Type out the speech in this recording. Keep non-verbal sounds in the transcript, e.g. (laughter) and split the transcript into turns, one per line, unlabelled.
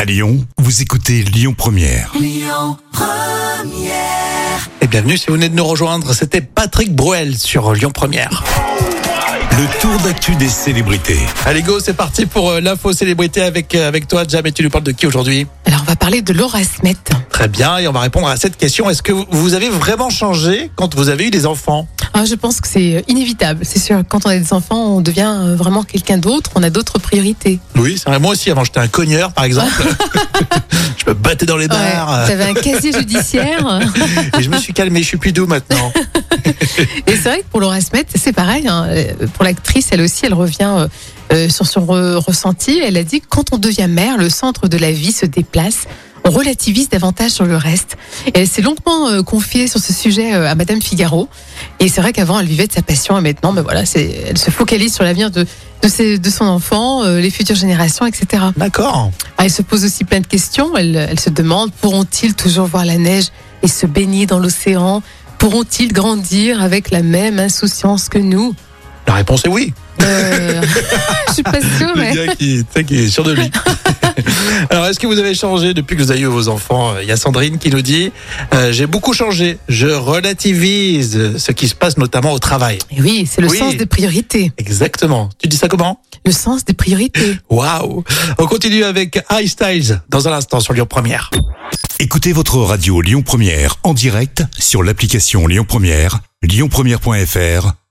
À Lyon, vous écoutez Lyon Première.
Et bienvenue si vous venez de nous rejoindre, c'était Patrick Bruel sur Lyon Première.
Le tour d'actu des célébrités.
Allez go, c'est parti pour euh, l'info célébrité avec euh, avec toi Jam et tu nous parles de qui aujourd'hui
Alors, on va parler de Laura Smet.
Très bien, et on va répondre à cette question. Est-ce que vous- vous avez vraiment changé quand vous avez eu des enfants
Ah, je pense que c'est inévitable. C'est sûr, quand on a des enfants, on devient euh, vraiment quelqu'un d'autre, on a d'autres priorités.
Oui, c'est vrai. Moi aussi, avant j'étais un cogneur par exemple. (laughs) je me battais dans les bars. euh,
T'avais un casier judiciaire.
et je me suis calmé, je suis plus doux maintenant.
Et c'est vrai que pour Laura Smet, c'est pareil. hein. Euh, Pour l'actrice, elle aussi, elle revient euh, euh, sur son re- ressenti. Elle a dit que quand on devient mère, le centre de la vie se déplace. On relativise davantage sur le reste. Et elle s'est longuement euh, confiée sur ce sujet euh, à Madame Figaro. Et c'est vrai qu'avant, elle vivait de sa passion et maintenant, ben voilà, c'est, elle se focalise sur l'avenir de, de, ses- de son enfant, euh, les futures générations, etc.
D'accord.
Ah, elle se pose aussi plein de questions. Elle, elle se demande pourront-ils toujours voir la neige et se baigner dans l'océan Pourront-ils grandir avec la même insouciance que nous
La réponse est oui.
euh... (laughs) Je suis pas sûre, hein.
Le
mais
gars qui, tu sais, qui est sûr de lui. (laughs) Alors, est-ce que vous avez changé depuis que vous avez eu vos enfants Il y a Sandrine qui nous dit euh, J'ai beaucoup changé. Je relativise ce qui se passe notamment au travail.
Et oui, c'est le
Oui.
sens des priorités.
Exactement. Tu dis ça comment
Le sens des priorités.
Waouh On continue avec High Styles dans un instant sur Lyon Première.
Écoutez votre radio Lyon Première en direct sur l'application Lyon Première, lyonpremière.fr